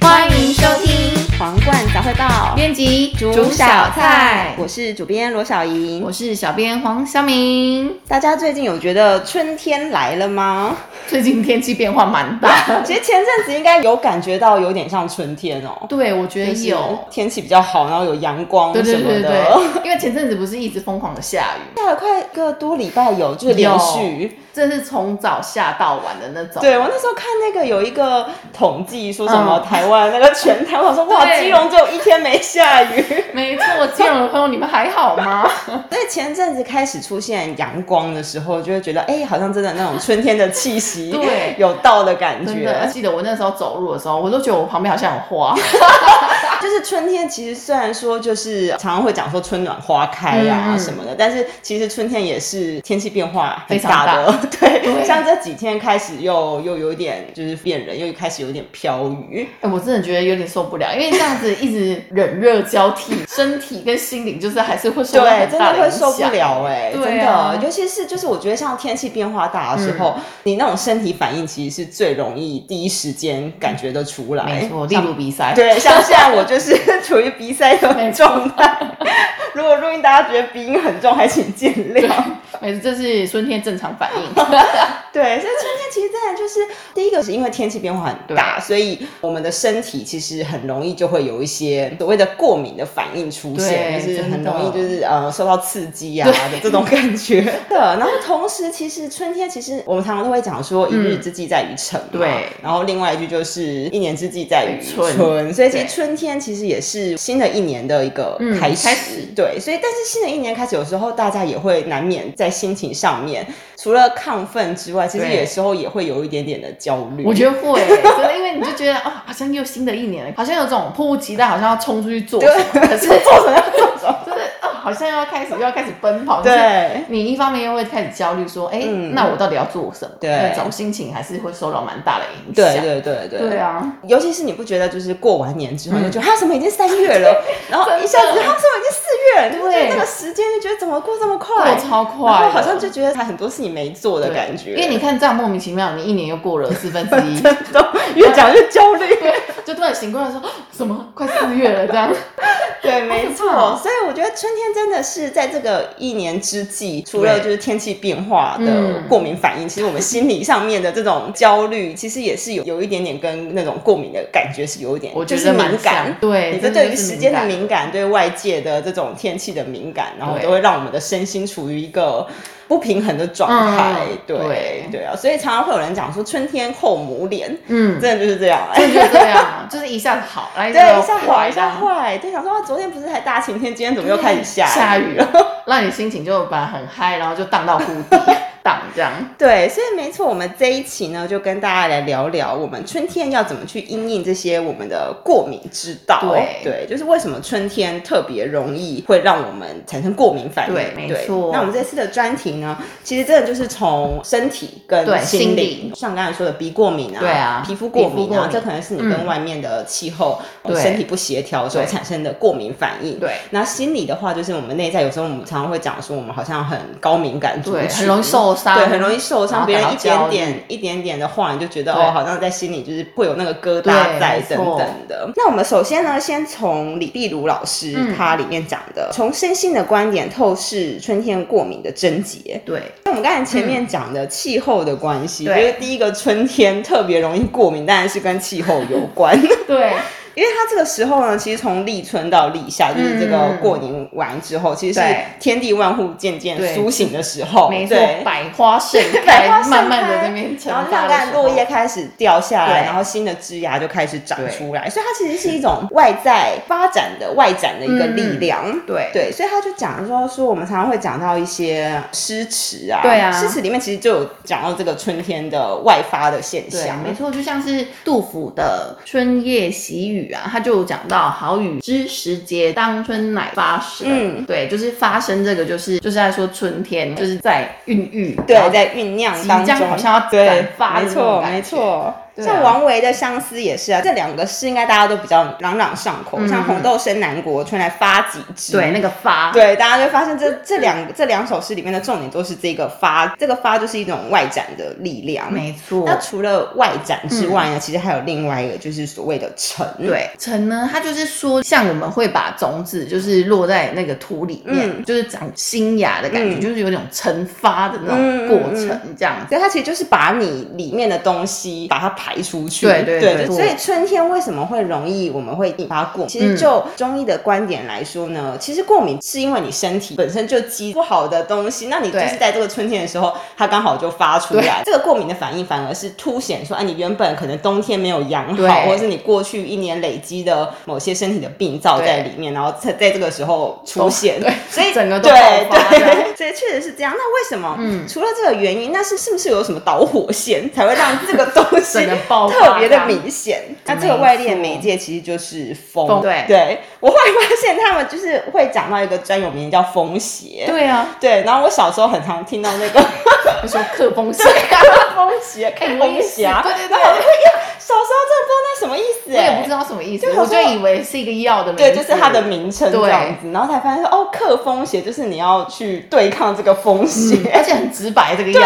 欢迎收听皇冠早汇报，编辑煮小菜，我我是主编罗小我莹。是小编黄小明。大家最近有觉得春天来了吗？最近天气变化蛮大，其实前阵子应该有感觉到有点像春天哦， 对我觉得就是有，天气比较好，然后有阳光对什对么对对的。对，因为前阵子不是一直疯狂的下雨，下了快一个多礼拜有，就是连续。真是从早下到晚的那种。对我那时候看那个有一个统计说什么嗯台湾那个全台，我想说哇，对基隆只有一天没下雨。没错，金融的朋友你们还好 吗？所以前阵子开始出现阳光的时候，就会觉得哎、好像真的那种春天的气息对 有到的感真的， 觉。记得我那时候走路的时候，我都觉得我旁边好像有花。 就是春天，其实虽然说就是常常会讲说春暖花开呀、嗯嗯什么的，但是其实春天也是天气变化很的，非 对，对像这几天开始又又有点就是变冷，又开始有点飘雨。哎、我真的觉得有点受不了，因为这样子一直冷热交替，身体跟心灵就是还是会受到对，很真大的的会影受响。不了哎、对真啊嗯的，尤其是就是我觉得像天气变化大的时候，你那种身体反应其实是最容易第一时间感觉得出来。没错，例如比赛，对，像 现在我就是 处于鼻塞的状态。 如果录音大家觉得鼻音很重，还请见谅。 没错，哎这是春天正常反应。 对，所以春天其实真的就是第一个是因为天气变化很大，所以我们的身体其实很容易就会有一些所谓的过敏的反应出现，就对是很真的容易就是呃受到刺激啊的这种感 觉。对，然后同时其实春天其实我们常常都会讲说一日之计在于晨嘛、嗯对然后另外一句就是一年之计在于春春，所以其实对春天其实也是新的一年的一个嗯开始。开始对，所以但是新的一年开始，有时候大家也会难免在心情上面，除了亢奋之外，其实对有时候也会有一点点的焦虑。我觉得得会、真的，因为你就觉得啊、好像又新的一年了，好像有种迫不及待，好像要冲出去做什么，可是做什么要做什么。真的啊、好像要开始又要开始奔跑，就是对，你一方面又会开始焦虑，说，哎、嗯那我到底要做什么？对那种心情还是会受到蛮大的影响。对对对对对啊，嗯尤其是你不觉得就是过完年之后，你就觉得他啊怎么已经三月了，然后一下子他怎么已经四月了，你就觉对得那个时间就觉得怎么过这么快过，超快然的，后好像就觉得还很多事情没做的对感觉，因为你看这样莫名其妙，你一年又过了四分之 一，都越讲越焦虑。 就突然醒过来说，啊什么快四月了这样。 对，好没可怕错。所以我觉得春天真的是在这个一年之际，除了就是天气变化的嗯过敏反应，其实我们心理上面的这种焦虑，其实也是有有一点点跟那种过敏的感觉是有一点，我觉就得是蛮敏感像。对你这真的对于是时敏间的感敏感，对外界的这种天气的敏感，然后对都会让我们的身心处于一个。不平衡的状态，嗯对对对啊，所以常常会有人讲说春天后母脸，嗯，真的就是这样、哎。真的就是这样，就是一下子好，然后对，一下好坏啊一下坏，对，想说哇啊昨天不是才大晴天，今天怎么又开始下下雨雨？了，让你心情就本来很嗨，然后就荡到谷底，荡这样。对，所以没错，我们这一期呢，就跟大家来聊聊我们春天要怎么去因应这些我们的过敏之道。欸对就是为什么春天特别容易会让我们产生过敏反应。对没错那我们这次的专题呢，其实真的就是从身体跟对心心理理，像刚才说的鼻过敏啊，对啊皮肤过皮肤敏过啊敏，这可能是你嗯跟外面的气候、对身体不协调所对产生的过敏反应。对那心理的话，就是我们内在有时候我们常常会讲说，我们好像很高敏感族对，群很容易受伤，对，很容易受然伤。后别人感一到焦点虑点、一点点的话，你就觉得对哦，好像在心里就是会有那个疙瘩对在没错等等的。那我们首先呢，先从李碧如老师嗯他里面讲的，从身心的观点透视春天过敏的症结。对，那我们刚才前面讲的气候的关系，嗯对因为第一个春天特别容易过敏，当然是跟气候有关。对，因为它这个时候呢，其实从立春到立夏，就是这个过年完之后，其实是对天地万物渐渐对苏醒的时候，没错对，百花盛 百开花，盛慢慢的开那边成然后大的让干时落候叶开始掉下来，对然后新的枝芽就开始长出来，所以它其实是一种外在发展的外展的一个力量。嗯对对，所以他就讲说说我们常常会讲到一些诗词啊，对啊诗词里面其实就有讲到这个春天的外发的现对象，，没错，就像是杜甫的《春夜喜雨》啊，他就有讲到“好雨知时节，当春乃发生”。嗯对，就是发生这个，就是就是在说春天，就是在孕育，然对，后在酝酿即当将中，好像要对展，发的没那种错，感没觉错。对啊像王维的《相思》也是啊，这两个诗应该大家都比较朗朗上口。像“红豆生南国，春来发几枝”，嗯对，那个发，对，大家就会发现这这两这两首诗里面的重点都是这个发，这个发就是一种外展的力量。没错那。除了外展之外呢，其实还有另外一个，就是所谓的沉。，对，层呢，它就是说，像我们会把种子就是落在那个土里面，嗯就是长新芽的感觉，嗯就是有一种晨发的那种过程，这样子。所以它其实就是把你里面的东西把它排出去。对对对所以春天为什么会容易我们会引发过敏？其嗯实就中医的观点来说呢，其实过敏是因为你身体本身就积不好的东西，那你就对是在这个春天的时候，它刚好就发出来。这个过敏的反应反而是凸显说，哎，你原本可能冬天没有养对好，或者是你过去一年累积的某些身体的病灶在里面，然后在在这个时候出现。对所以整个都对爆发这样对，所以确实是这样。那为什么？嗯，除了这个原因，那是是不是有什么导火线才会让这个 东西整个爆发特别的明显？那这个外力的没媒错介其实就是风。风对对我后来发现他们就是会讲到一个专有名叫风邪。对啊，对，然后我小时候很常听到那个 就说克风险， 风哎邪，啊看风邪啊，对对然后我就会呀，小时候真的不知道那什么意思、我欸，也不知道什么意思，就我想就说以为是一个药的名字，对，就是它的名称这样子，然后才发现说，哦，克风邪就是你要去对抗这个嗯风邪， 而且很直白这个药，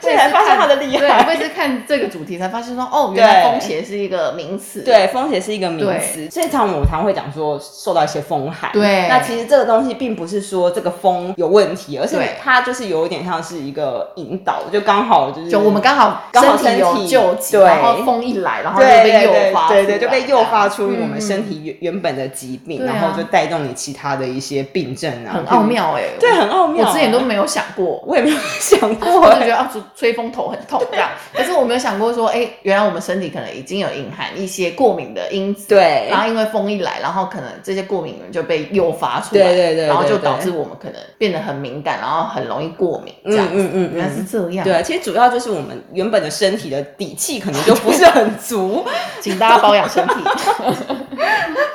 所以才发现它的厉对，害。我也是看这个主题才发现说，哦，原来风邪是一个名词，对，风邪是一个名对词，所以常我们常会讲说受到一些风寒。对那其实这个东西并不是说这个风有问题，而是对它就是有一点像是一个引导，就刚好就是就我们刚好刚好身体身有体救急，对然后风一来，然后就对被对诱发对出来，对对，就被诱发出我们嗯身体原原本的疾病，对啊然后就带动你其他的一些病症啊，很奥，妙哎，对，很奥妙。欸我之前都没有想过。 我也没有想过我就觉得啊，吹吹风头很痛这样，但是我没有想过说，哎、原来我们身体可能已经有隐含一些过敏的因子，对然后因为风一来，然后可能这些过敏源就被诱发出来，对对对然后就对对导致我们可能变得很敏感，然后很容易过敏这样嗯子。嗯嗯原来是嗯，这样，对，其实主要就是我们原本的身体的底气可能就不是 很足，请大家保养 身体，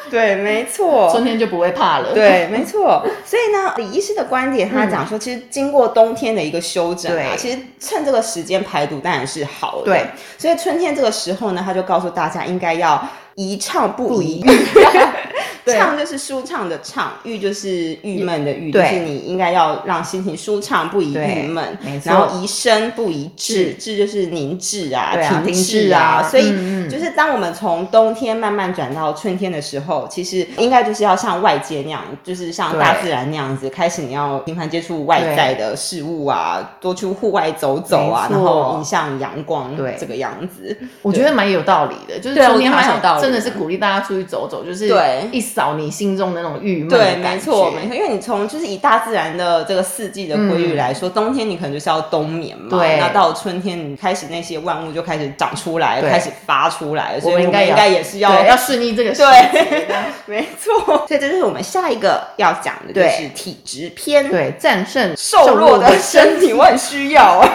对，没错。春天就不会怕了。对，没错。所以呢，李医师的观点，他讲说，其实经过冬天的一个休整啊，嗯对其实趁这个时间排毒当然是好的。对，所以春天这个时候呢，他就告诉大家应该要宜畅不宜郁。 对畅就是舒畅的畅，郁就是郁闷的郁，就对是你应该要让心情舒畅，不宜对郁闷没。错然后宜身不宜滞滞，滞就是凝滞啊对啊，停停滞滞啊所以嗯嗯就是当我们从冬天慢慢转到春天的时候，其实应该就是要像外界那样，就是像对大自然那样子，开始你要频繁接触外在的事物啊，多去户外走走啊，没然错后迎向阳光，对这个样子。我觉得蛮有道理的，就是对啊春天我觉得蛮有道理好的真的是鼓励大家出去走走，就是对一扫你心中的那种郁闷的对，感没觉嗯错，没错，因为你从就是以大自然的这个四季的规律来说，冬天你可能就是要冬眠嘛，对那到春天你开始那些万物就开始长出来，对开始发出来，所以我们我应该们也应该也是要对 要顺应这个时对， 没错，所以这就是我们下一个要讲的，就对是体质篇。，对战胜瘦弱的身体我很需要哎、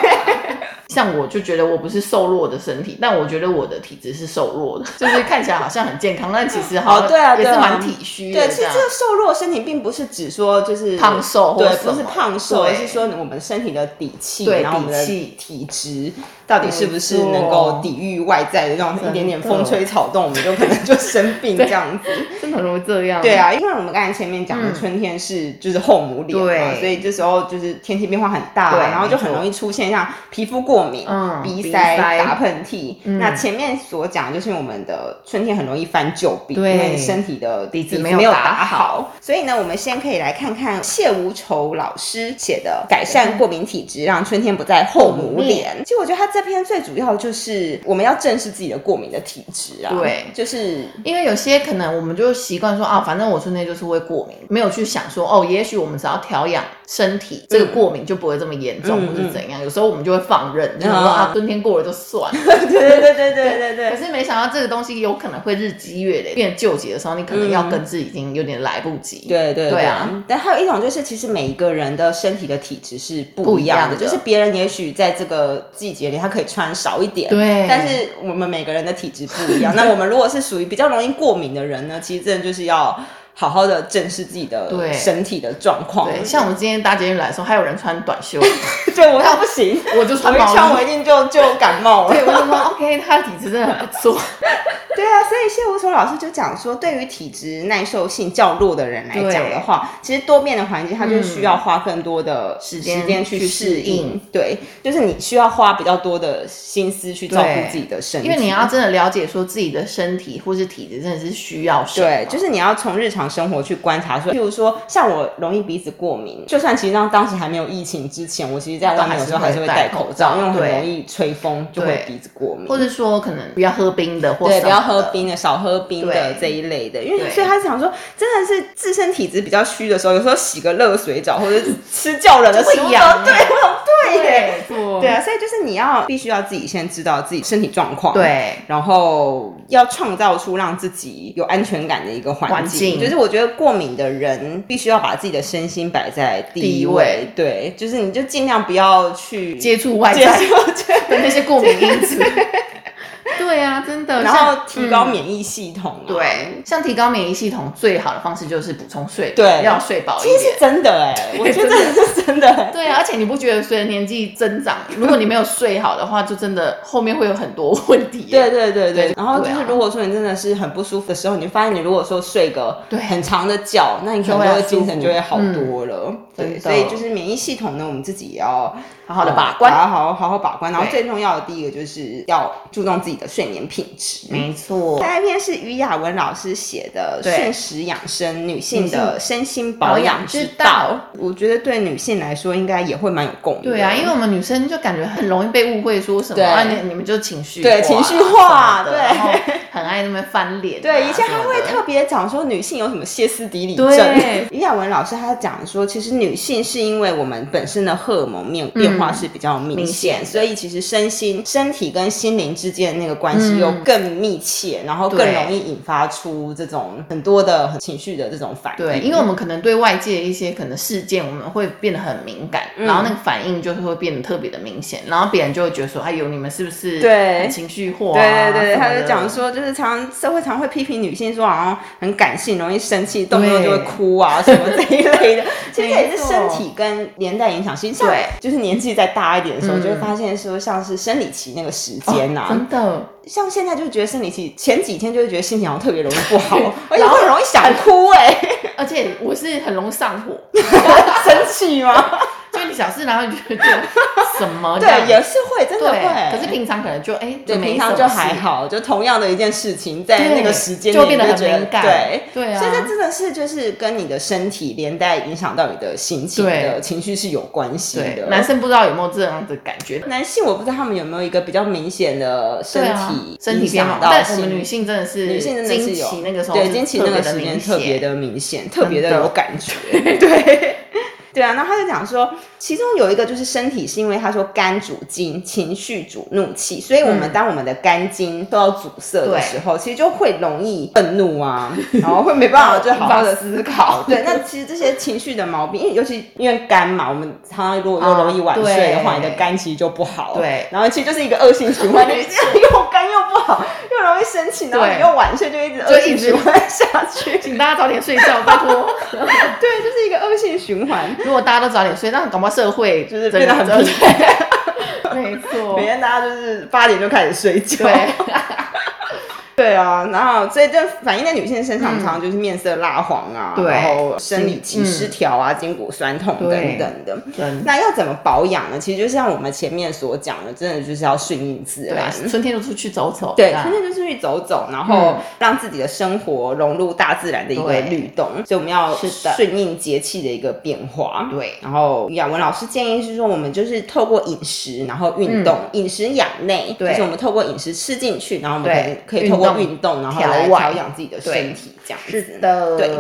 像我就觉得我不是瘦弱的身体，但我觉得我的体质是瘦弱的，就是看起来好像很健康，但其实好像哦对啊也对啊是蛮体虚的对，其这实样这。个瘦弱的身体并不是只说就是胖瘦或对，什么不是胖瘦，对而是说我们身体的底气，对然后我们的底气体质到底是不是能够抵御外在的这种真的一点点风吹草动，我们就可能就生病这样子。真的很容易这样。对，啊，因为我们刚才前面讲的春天是就是后母脸嘛，对所以这时候就是天气变化很大对啊，然后就很没错容易出现像皮肤过敏、嗯鼻鼻塞、塞打喷嚏。嗯那前面所讲就是我们的春天很容易翻旧病，因对为身体的底子没没有打打好。所以呢，我们先可以来看看谢无愁老师写的《改善过敏体质，让春天不再后母脸》。其实我觉得他这篇最主要就是我们要正视自己的过敏的体质啊，对就是因为有些可能我们就习惯说啊，反正我春天就是会过敏，没有去想说哦，也许我们只要调养身体，这个过敏就不会这么严重，嗯或是怎样。有时候我们就会放任，就想说啊，春天过了就算了。对对对对对对对可。是没想到这个东西有可能会日积月累，变旧疾的时候，你可能要根治已经有点来不及。对对对啊！但还有一种就是，其实每一个人的身体的体质是不一样的，不一样的就是别人也许在这个季节里他可以穿少一点，对但是我们每个人的体质不一样。那我们如果是属于比较容易过敏的人呢，其实真的就是要好好的正视自己的对身体的状况。 对，像我们今天搭捷运来的时候，还有人穿短袖，觉得我要不行， 我就我穿一毛穿我衣。一定就就感冒 了对，。我就说 OK，他的体质真的很不 错。 对啊，所以谢无愁老师就讲说，对于体质耐受性较弱的人来讲的话，其实多变的环境，它就需要花更多的时嗯间去去适适应应。对，就是你需要花比较多的心思去照顾自己的身体，因为你要真的了解说自己的身体或是体质真的是需要什么。对，就是你要从日常生活去观察说，譬如说像我容易鼻子过敏，就算其实当当时还没有疫情之前，我其实在外面有时候还是会戴口罩，因为我很对容易吹风就会对鼻子过敏，或者说可能不要喝冰的，或什对，么不要喝的。冰的，少喝冰的对这一类的，因为对所以他想说，真的是自身体质比较虚的时候，有时候洗个热水澡或者是吃叫人的食就物都，会对，痒我对耶， 对，不对啊，所以就是你要必须要自己先知道自己身体状况，， 对，然后要创造出让自己有安全感的一个环环境。境就是我觉得过敏的人必须要把自己的身心摆在第第一一位位，对，就是你就尽量不要去接触外接在触对的 那些过敏因子。 对啊，真的。然像嗯后提高免疫系统、啊对，像提高免疫系统最好的方式就是补充睡眠，对要睡饱一其实点是。真 的哎、我觉得这是真的、欸。对啊，而且你不觉得随着年纪增长，如果你没有睡好的话，就真的后面会有很多 问题耶。对对对对，对然后就是对啊如果说你真的是很不舒服的时候，你发现你如果说睡个对很长的觉，那你可能就会很就会舒精神服就会好嗯多了。对，真的所以就是免疫系统呢，我们自己也要好好的呃把关。好好好好把关。然后对最重要的第一个就是要注重自己的睡眠品质。没错，下一篇是于雅文老师写的《对瞬时养生：女性的身心保保养养之之道》道我觉得对女性来说应该也会蛮有共鸣的。对啊，因为我们女生就感觉很容易被误会说什对么啊，你你们就情绪化对情绪什化么的对然后很爱那边翻脸啊，对，以前什他么会的特别讲说女性有什么歇斯底里 症对。嗯于雅文老师他讲说，其实女性是因为我们本身的荷尔蒙面变化是比较明明显，显的所以其实身心、身体跟心灵之间的那个关系又更密切，然后更对容易引发出这种很多的很情绪的这种反应。对，因为我们可能对外界一些可能事件，我们会变得很敏感，嗯然后那个反应就是会变得特别的明显，然后别人就会觉得说，哎呦，你们是不是对很情绪化、啊？对对对，什么他的就讲说，就是常社会常会批评女性说好像很感性，容易生气，动不动就会哭啊什么这一类的。其实也是身体跟年代影响，其实像对就是年纪再大一点的时候，嗯就会发现说像是生理期那个时间哦啊，真的像现在就觉得生理期前几天就会觉得心情好像特别容易不好，而且会很容易想哭哎、 而且我是很容易上火，生 气吗？就你小事，然后你就觉得什么哦这对，样也是会，真的对，可是会。平常可能就哎，对，没平常什就么事还，好，就同样的一件事情，在对那个时间就内会变得你很觉敏感，对，对啊，所以这真的是就是跟你的身体连带影响到你的心情对的情绪是有关系对的。男生不知道有没有这样的感觉。男性我不知道他们有没有一个比较明显的身对体、啊，身体变影好响，到但我们心女性真的是女性真的是经有期那个时候对是经期那个特别的时间明特别显的明显，特别的真的有感觉， 对。对啊，然后他就讲说，其中有一个就是身体，是因为他说肝主筋，情绪主怒气，所以我们当我们的肝经受到阻塞的对时候，其实就会容易愤怒啊，然后会没办法就好好的思考。对，那其实这些情绪的毛病，因为尤其因为肝嘛，我们常常如果又容易晚睡的话，啊对你的肝其实就不好。对然后其实就是一个恶性循环，你这样 又肝又不好，又容易生气，然后对你又晚睡，就一直就恶一性直循环下去。请大家早点睡觉，拜托。 对，就是一个恶性循环，如果大家都早点睡，那搞不好社会就是变得很真疲的惫。 没错每，天大家就是八点就开始睡觉。对， 对啊，然后所以就反映在女性身上，常常就是面色蜡黄啊，对然后生理期嗯失调啊、筋骨酸痛等对等的。真那要怎么保养呢？其实就像我们前面所讲的，真的就是要顺应自然。啊对，啊春天就出去走走，对，这样嗯天天就出去走走，然后让自己的生活融入大自然的一个对律动，所以我们要是的顺应节气的一个变化。对然后雅文老师建议是说，我们就是透过饮食，然后运动，饮食养内，就嗯对是我们透过饮食吃进去，然后我们可能对可以透过运动运动，然后来调完调养自己的身体，这样子。是的，对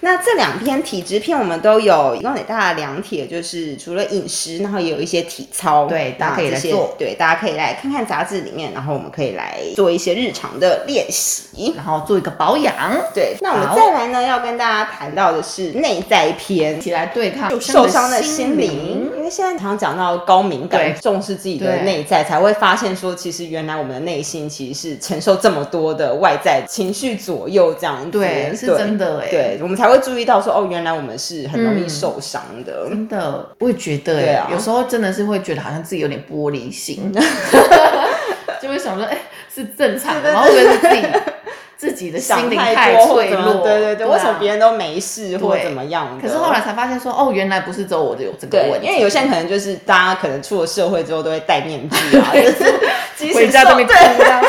那这两篇体质篇我们都有一共给大家两帖，就是除了饮食，然后也有一些体操，对大家可以来那这些做对，大家可以来看看杂志里面，然后我们可以来做一些日常的练习。然后做一个保养，对，那我们好再来呢，要跟大家谈到的是内在篇一。起来对抗受伤的心心灵，。因为现在常常讲到高敏感，对重视自己的对内在，才会发现说，其实原来我们的内心其实是承受这么多的外在情绪左右这样子。对，是真的哎，对，我们才才会注意到说，哦，原来我们是很容易受伤的。真的，我也觉得对哎、啊有时候真的是会觉得好像自己有点玻璃 心， 就会想说，哎、是正常的吗？会不会是自己自己的心想灵多或脆怎么弱？对对对，为什么啊别人都没事或对怎么样的？可是后来才发现说，哦，原来不是只有我有这个对问，题，因为有些人可能就是大家可能出了社会之后都会戴面具 啊，就是即回使家受都没哭对，这样，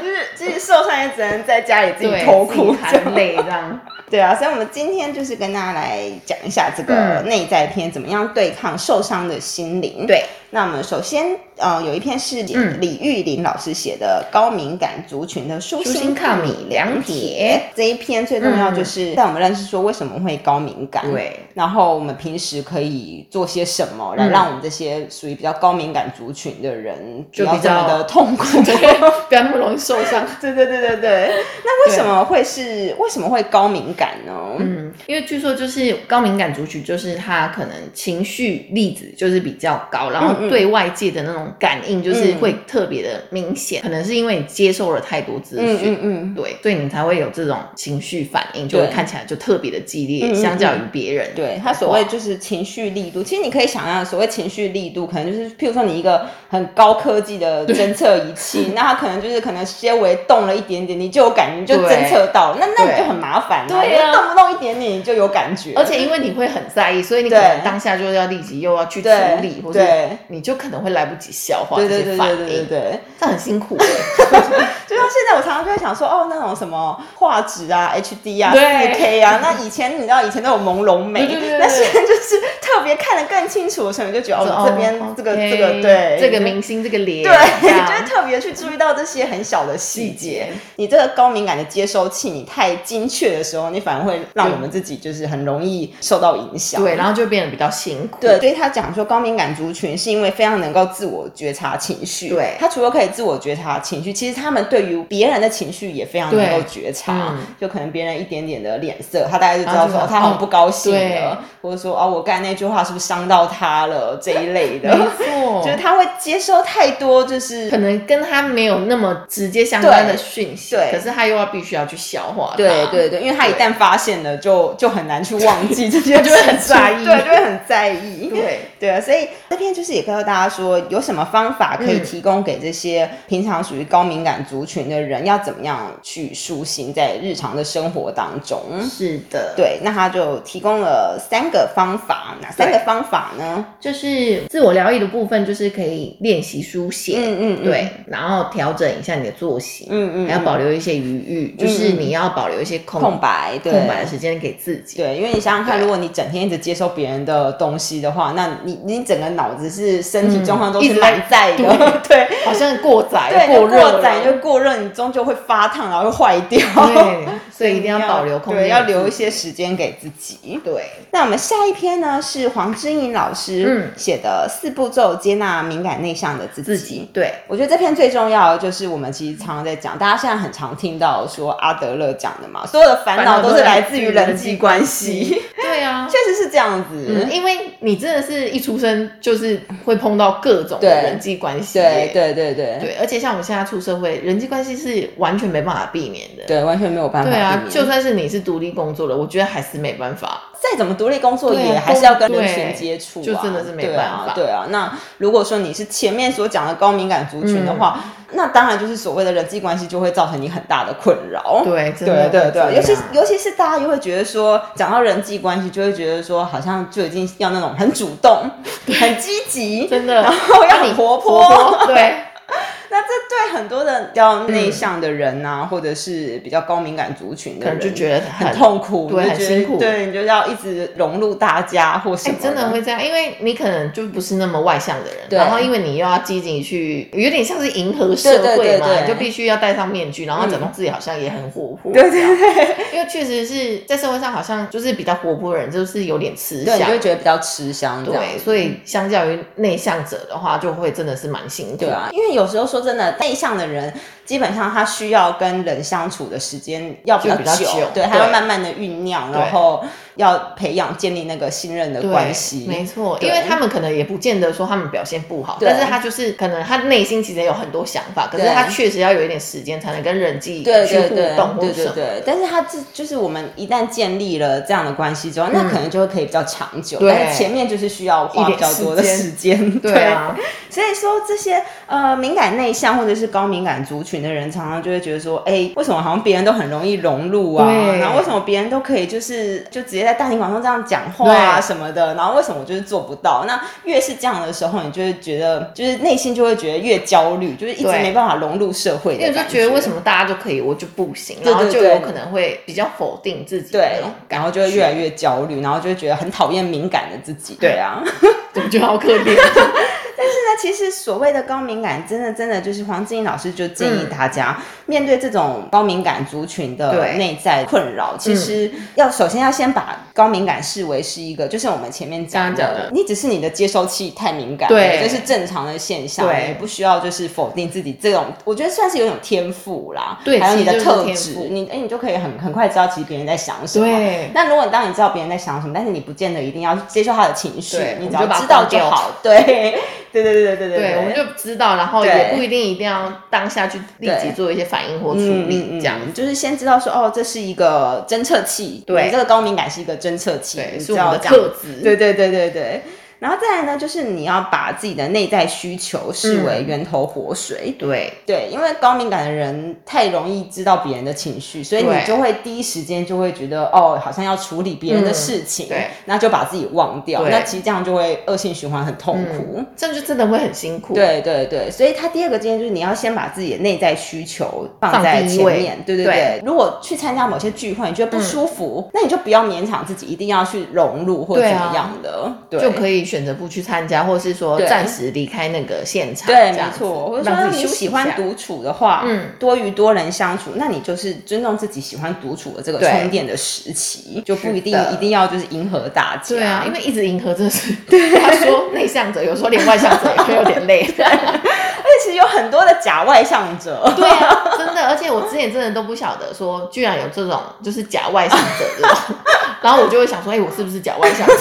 就是即使受伤也只能在家里自己对，偷自哭己这样含泪这 样，对啊，所以我们今天就是跟大家来讲一下这个内在篇，怎么样对抗受伤的心灵。，嗯对，那我们首先呃有一篇是李,、嗯李玉林老师写的《高敏感族群的舒舒心抗米米良铁嗯这一篇最重要就是带我们认识说为什么会高敏感。。对，然后我们平时可以做些什么，来嗯让我们这些属于比较高敏感族群的人不就要比这么较的痛 苦？不要那么容易受伤。 对对对对对。那为什么会是为什么会高敏感呢？嗯，因为据说就是高敏感族群，就是他可能情绪粒子就是比较高，然嗯嗯嗯后对外界的那种感应就是会特别的明显，可能是因为你接受了太多资嗯讯。嗯嗯，对，所以你才会有这种情绪反应，就会对看起来就特别的激嗯嗯烈，嗯相较于别人。对他所谓就是情绪力度，其实你可以想象，所谓情绪力度，可能就是譬如说你一个很高科技的侦测仪 器，那它可能就是可能纤维动了一点点，你就有感觉，你就对侦测到了，那那你对就很麻烦、对呀、啊你就动不动一点点你就有感觉，而且因为你会很在意，所以你可对能当下就要立即又要去处对理，或者对你就可能会来不及消化对这对对些反对应，对对对，这很辛苦欸。就像啊现在我常常就会想说，哦，那种什么画质啊、HD 啊、四对 K 啊，那以前你知道以前都有朦胧美，对对对对对那现在就是特别看得更清楚，所以就觉得哦，这边 哦这个 OK，这个对这个明星这个脸，这对，样就是特别去注意到这些很小的细细节节。你这个高敏感的接收器，你太精确的时候，你反而会让我们自己就是很容易受到影响。对，然后就变得比较辛苦。对，所以他讲说高敏感族群是因为非常能够自我觉察情绪。对他除了可以自我觉察情绪，其实他们对于别人的情绪也非常能够对觉察。嗯就可能别人一点点的脸色，他大概就知然道后就说、说哦他很不高兴哦对了，或者说哦我刚才那句话是不是伤到他了这一类的。 没错，就是他会接收太多，就是可能跟他没有那么直接相关的讯息，对可是他又要必须要去消化它，对对对，因为他一旦发现了，就就很难去 忘记这些，就会很在意对，就会很在意。对 对啊，所以这篇就是也告诉大家说，有什么方法可以嗯提供给这些平常属于高敏感族群的人，要怎么样去舒心在日常的生活当中。是的，，对，那他就提供了三个方法，哪三个方法呢？就是自我疗愈的部分，就是可以练习书写，嗯嗯，嗯，对，然后调整一下你的作息，嗯嗯，还要嗯保留一些余裕，就是你要保留一些空空白，对空白的时间给自己，对，因为你想想看，对如果你整天一直接收别人的东西的话，那你你整个脑子是身体状况都嗯一是直在满载的， 对好像过载对，过就热过了载就过热，你终究会发烫，然后会坏掉。 对，所以一定要保留空对，间，要留一些时间给自己。对。那我们下一篇呢是黄之颖老师嗯写的《四步骤接纳敏感内向的自己对，我觉得这篇最重要的就是我们其实常常在讲，大家现在很常听到说阿德勒讲的嘛，所有的烦恼都是来自于人际关系，对啊，确实是这样子。嗯，因为你真的是一出生就是会碰到各种对的人际关系对耶，对对对对，而且像我们现在出社会，人际关系是完全没办法避免的。对，完全没有办法对避免。啊，就算是你是独立工作的，我觉得还是没办法。再怎么独立工作，对啊也还是要跟工人群接触、啊，就真的是没对办啊法对啊，那如果说你是前面所讲的高敏感族群的嗯话，那当然就是所谓的人际关系就会造成你很大的困扰。对，真对的对会这对，尤其样尤其是大家又会觉得说，讲到人际关系，就会觉得说，好像就已经要那种很主动、很积极，真的， 然后要很活泼。活泼对，那这对很多的比较内向的人呐、或者是比较高敏感族群嗯的可人，能就觉得很很。痛苦，对你就觉得很辛苦对，你就要一直融入大家或什哎么，真的会这样，因为你可能就不是那么外向的人，对然后因为你又要积极去，有点像是迎合社会嘛，对对对对嗯你就必须要戴上面具，然后假装自己好像也很活泼，对对对，因为确实是在社会上好像就是比较活泼的人就是有点吃对，你就香会，觉得比较吃香，这样嗯对，所以相较于内向者的话，就会真的是蛮辛苦，对啊，因为有时候说真的，内向的人基本上他需要跟人相处的时间要比就比较久久对对，他要慢慢的酝酿，对然后要培养建立那个信任的对关系。没错，对因为他们可能也不见得说他们表现不好，对但是他就是可能他内心其实也有很多想法，可是对他确实要有一点时间才能跟人际对去对互对动或对什对么。对，但是他这就是我们一旦建立了这样的关系之后，那可能就会可以比较长久，嗯对但是前面就是需要花比较多的一点时 时间，对啊，所以说这些呃敏感内向或者是高敏感族群的人，常常就会觉得说，哎、为什么好像别人都很容易融入啊？对然后为什么别人都可以就是就直接在大庭广众这样讲话啊对什么的？然后为什么我就是做不到？那越是这样的时候，你就会觉得就是内心就会觉得越焦虑，就是一直对没办法融入社会因为的就感觉得为什么？么大家就可以，我就不行，对然后对就对有可能会比较否定自己对那种，感然后就会越来越焦虑，然后就会觉得很讨厌敏感的自己。对啊，觉，怎么就好可 怜？那其实所谓的高敏感，真的真的就是黄志英老师就建议大家，面对这种高敏感族群的嗯对嗯内在困扰，其实要首先要先把高敏感视为是一个，就像我们前面讲刚刚讲的你只是你的接收器太敏感，对这是正常的现象，对也不需要就是否定自己这种，我觉得算是有一种天赋啦，对还有你的其实就是特天质赋，你哎、你就可以很很快知道其实别人在想什么，对那如果你当你知道别人在想什么，但是你不见得一定要接受他的情绪对，你我们只要就把它知道关就掉好。对，对对对对对对，我嗯们就知道，然后对也不一定一定要当下去立即对做一些反应或处嗯理，嗯嗯这样。就是先知道说哦，这是一个侦测器，对你这个高敏感是一个侦测器，对你是知我们道的这样特质对对对对对。然后再来呢，就是你要把自己的内在需求嗯视为源头活水。对对，因为高敏感的人太容易知道别人的情绪，所以你对就会第一时间就会觉得哦，好像要处理别人的事情，嗯对那就把自己忘掉，对嗯那其实这样就会恶性循环，很痛苦。这样就真的会很辛苦。对对对，所以他第二个经验就是你要先把自己的内在需求放放在第一前位面，对对对嗯对。如果去参加某些聚会，你觉得不舒服，那你就不要勉强自己一定要去融入或者对怎啊么样的，对就可以选择不去参加，或是说对暂时离开那个现场。对，这没样子错。或者说让自己你休息喜一下欢独处的话，嗯嗯，多与多人相处，那你就是尊重自己喜欢独处的这个对充电的时期，就不一定是的一定要就是迎合大家。对啊，因为一直迎合真的 是，他说内向者有时候连外向者也会有点 累。而且其实有很多的假外向者，对啊，真的，而且我之前真的都不晓得说，居然有这种就是假外向者 这种，然后我就会想说，哎、我是不是假外 向者？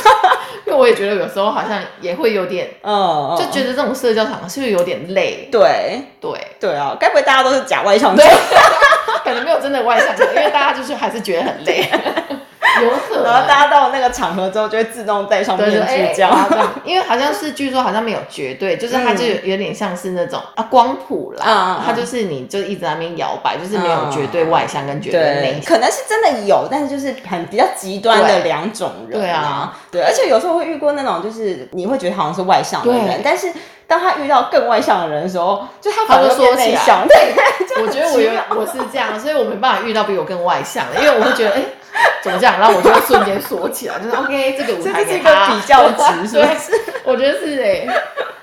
因为我也觉得有时候好像也会有点，嗯，就嗯觉得这种社交场合是不是有点累？对对， 对啊，该不会大家都是假外向者？可能没有真的外向者，因为大家就是还是觉得很累， 有可然后能。大家到那个场合之后，就会自动戴上面对对，哎具，这样。 然后这 样因为好像是据说好像没有绝对，就是它就有有点像是那种啊光谱啦，嗯嗯嗯它就是你就一直在那边摇摆，就是没有绝对外向跟绝对内对向，。可能是真的有，但是就是很比较极端的对两种人、对啊啊，对，而且有时候会遇过那种，就是你会觉得好像是外向的对人，但是当他遇到更外向的人的时候，就他反他而就变说起内来 向，对，我觉得我有我是这样，所以我没办法遇到比我更外向的，因为我会觉得哎、怎么这样，然后我就会瞬间缩起来，就是 OK 这个舞这台就是给一个他比较值，是不是？我觉得是哎、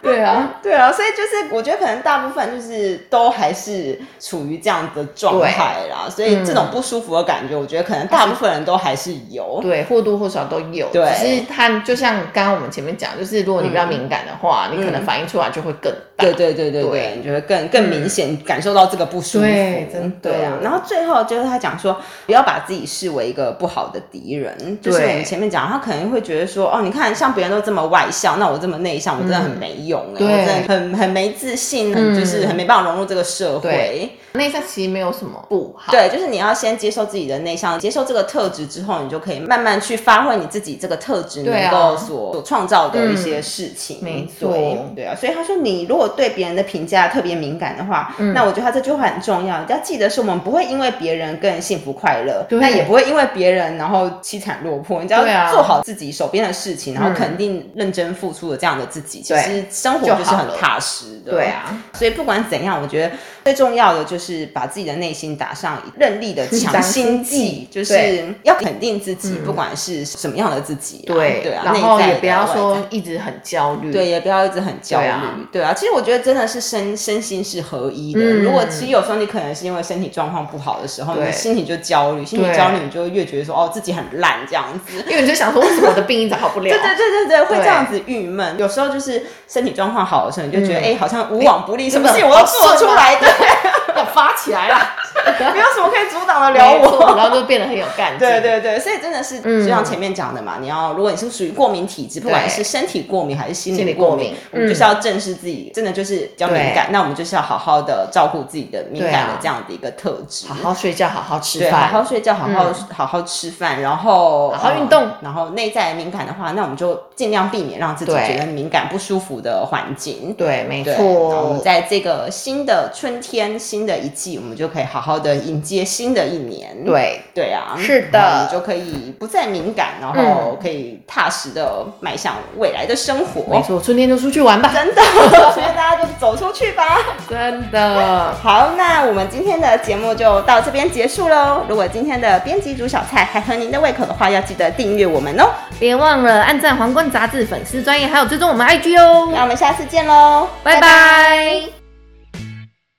对啊，对啊，所以就是我觉得可能大部分就是都还是处于这样的状态啦，所以这嗯种不舒服的感觉，我觉得可能大部分人都还是有。对，或多或少都有，对只是他就像刚刚我们前面讲，就是如果你比较敏感的话，你可能反应出来就会更大，对对对对对，对你就会更更明显感受到这个不舒服。对真的对啊。然后最后就是他讲说，不要把自己视为一个不好的敌人。就是我对们前面讲，他可能会觉得说，哦，你看像别人都这么外向，那我这么内向，我真的很没用、欸，对我真的很很没自信，很就是很没办法融入这个社会嗯对。内向其实没有什么不好，对，就是你要先接受自己的内向，接受这个特质之后，你就可以慢慢去发挥你自己这个特质对能啊嗯够所、所创造的一些事情。没错对，对啊。所以他说，你如果对别人的评价特别敏感的话，嗯那我觉得他这句话很重要。要记得是我们不会因为别人更幸福快乐，对那也不会因为别人然后凄惨落魄。你只要对啊嗯做好自己手边的事情，然后肯定认真付出的这样的自己，其对实生活就就是好很了踏实的。对啊，所以不管怎样，我觉得最重要的就是把自己的内心打上认力的强心剂，就强心剂是要肯定自己，不管是什么样的自己啊、嗯对，对啊，然后内在也的不要外在说的。一直很焦虑，对，也不要一直很焦虑，对对啊啊，其实我觉得真的是身身心是合一的。嗯如果其实有时候你可能是因为身体状况不好的时候，你对的心情就焦虑，心情对焦虑，你就会越觉得说哦自己很烂这样子。因为你就想说为什么我的病一直好不了，对对对对对，啊会对嗯哎这样子郁闷。有时候就是身体状况好的时候，你就觉得哎、好像无往不利，什么真事的 情我都好做顺出吗来的。 要发起来了，没有什么可以阻挡得了没我。错，然后就变得很有干劲。对对对，所以真的是嗯就像前面讲的嘛，你要如果你是属于过敏体质，不管对是身体过敏还是心心理理过过敏敏，嗯我们就是要正视自己，真的就是比较敏感，那我们就是要好好的照顾自己的敏感的对啊这样的一个特质。好好睡觉，好好吃对，好饭，嗯好睡觉，好好、好好吃饭，然后好好呃运动然后内在敏感的话，那我们就尽量避免让自己对觉得敏感不舒服的环境。对，没对，那我错们。在这个新的春天、新的一季，我们就可以好好的迎接新的一年。对，对啊，是然后的嗯你就可以不再敏感，然后可以踏实的迈向未来的生没活。错，春天就出去玩吧，真的，所以大家就走出去吧。真的。好，那我们今天的节目就到这边结束喽。如果今天的编辑煮小菜还合您的胃口的话，要记得订阅我们哦。别忘了按赞皇冠杂志粉丝专业，还有追踪我们 IG 哦。那我们下次见喽，拜拜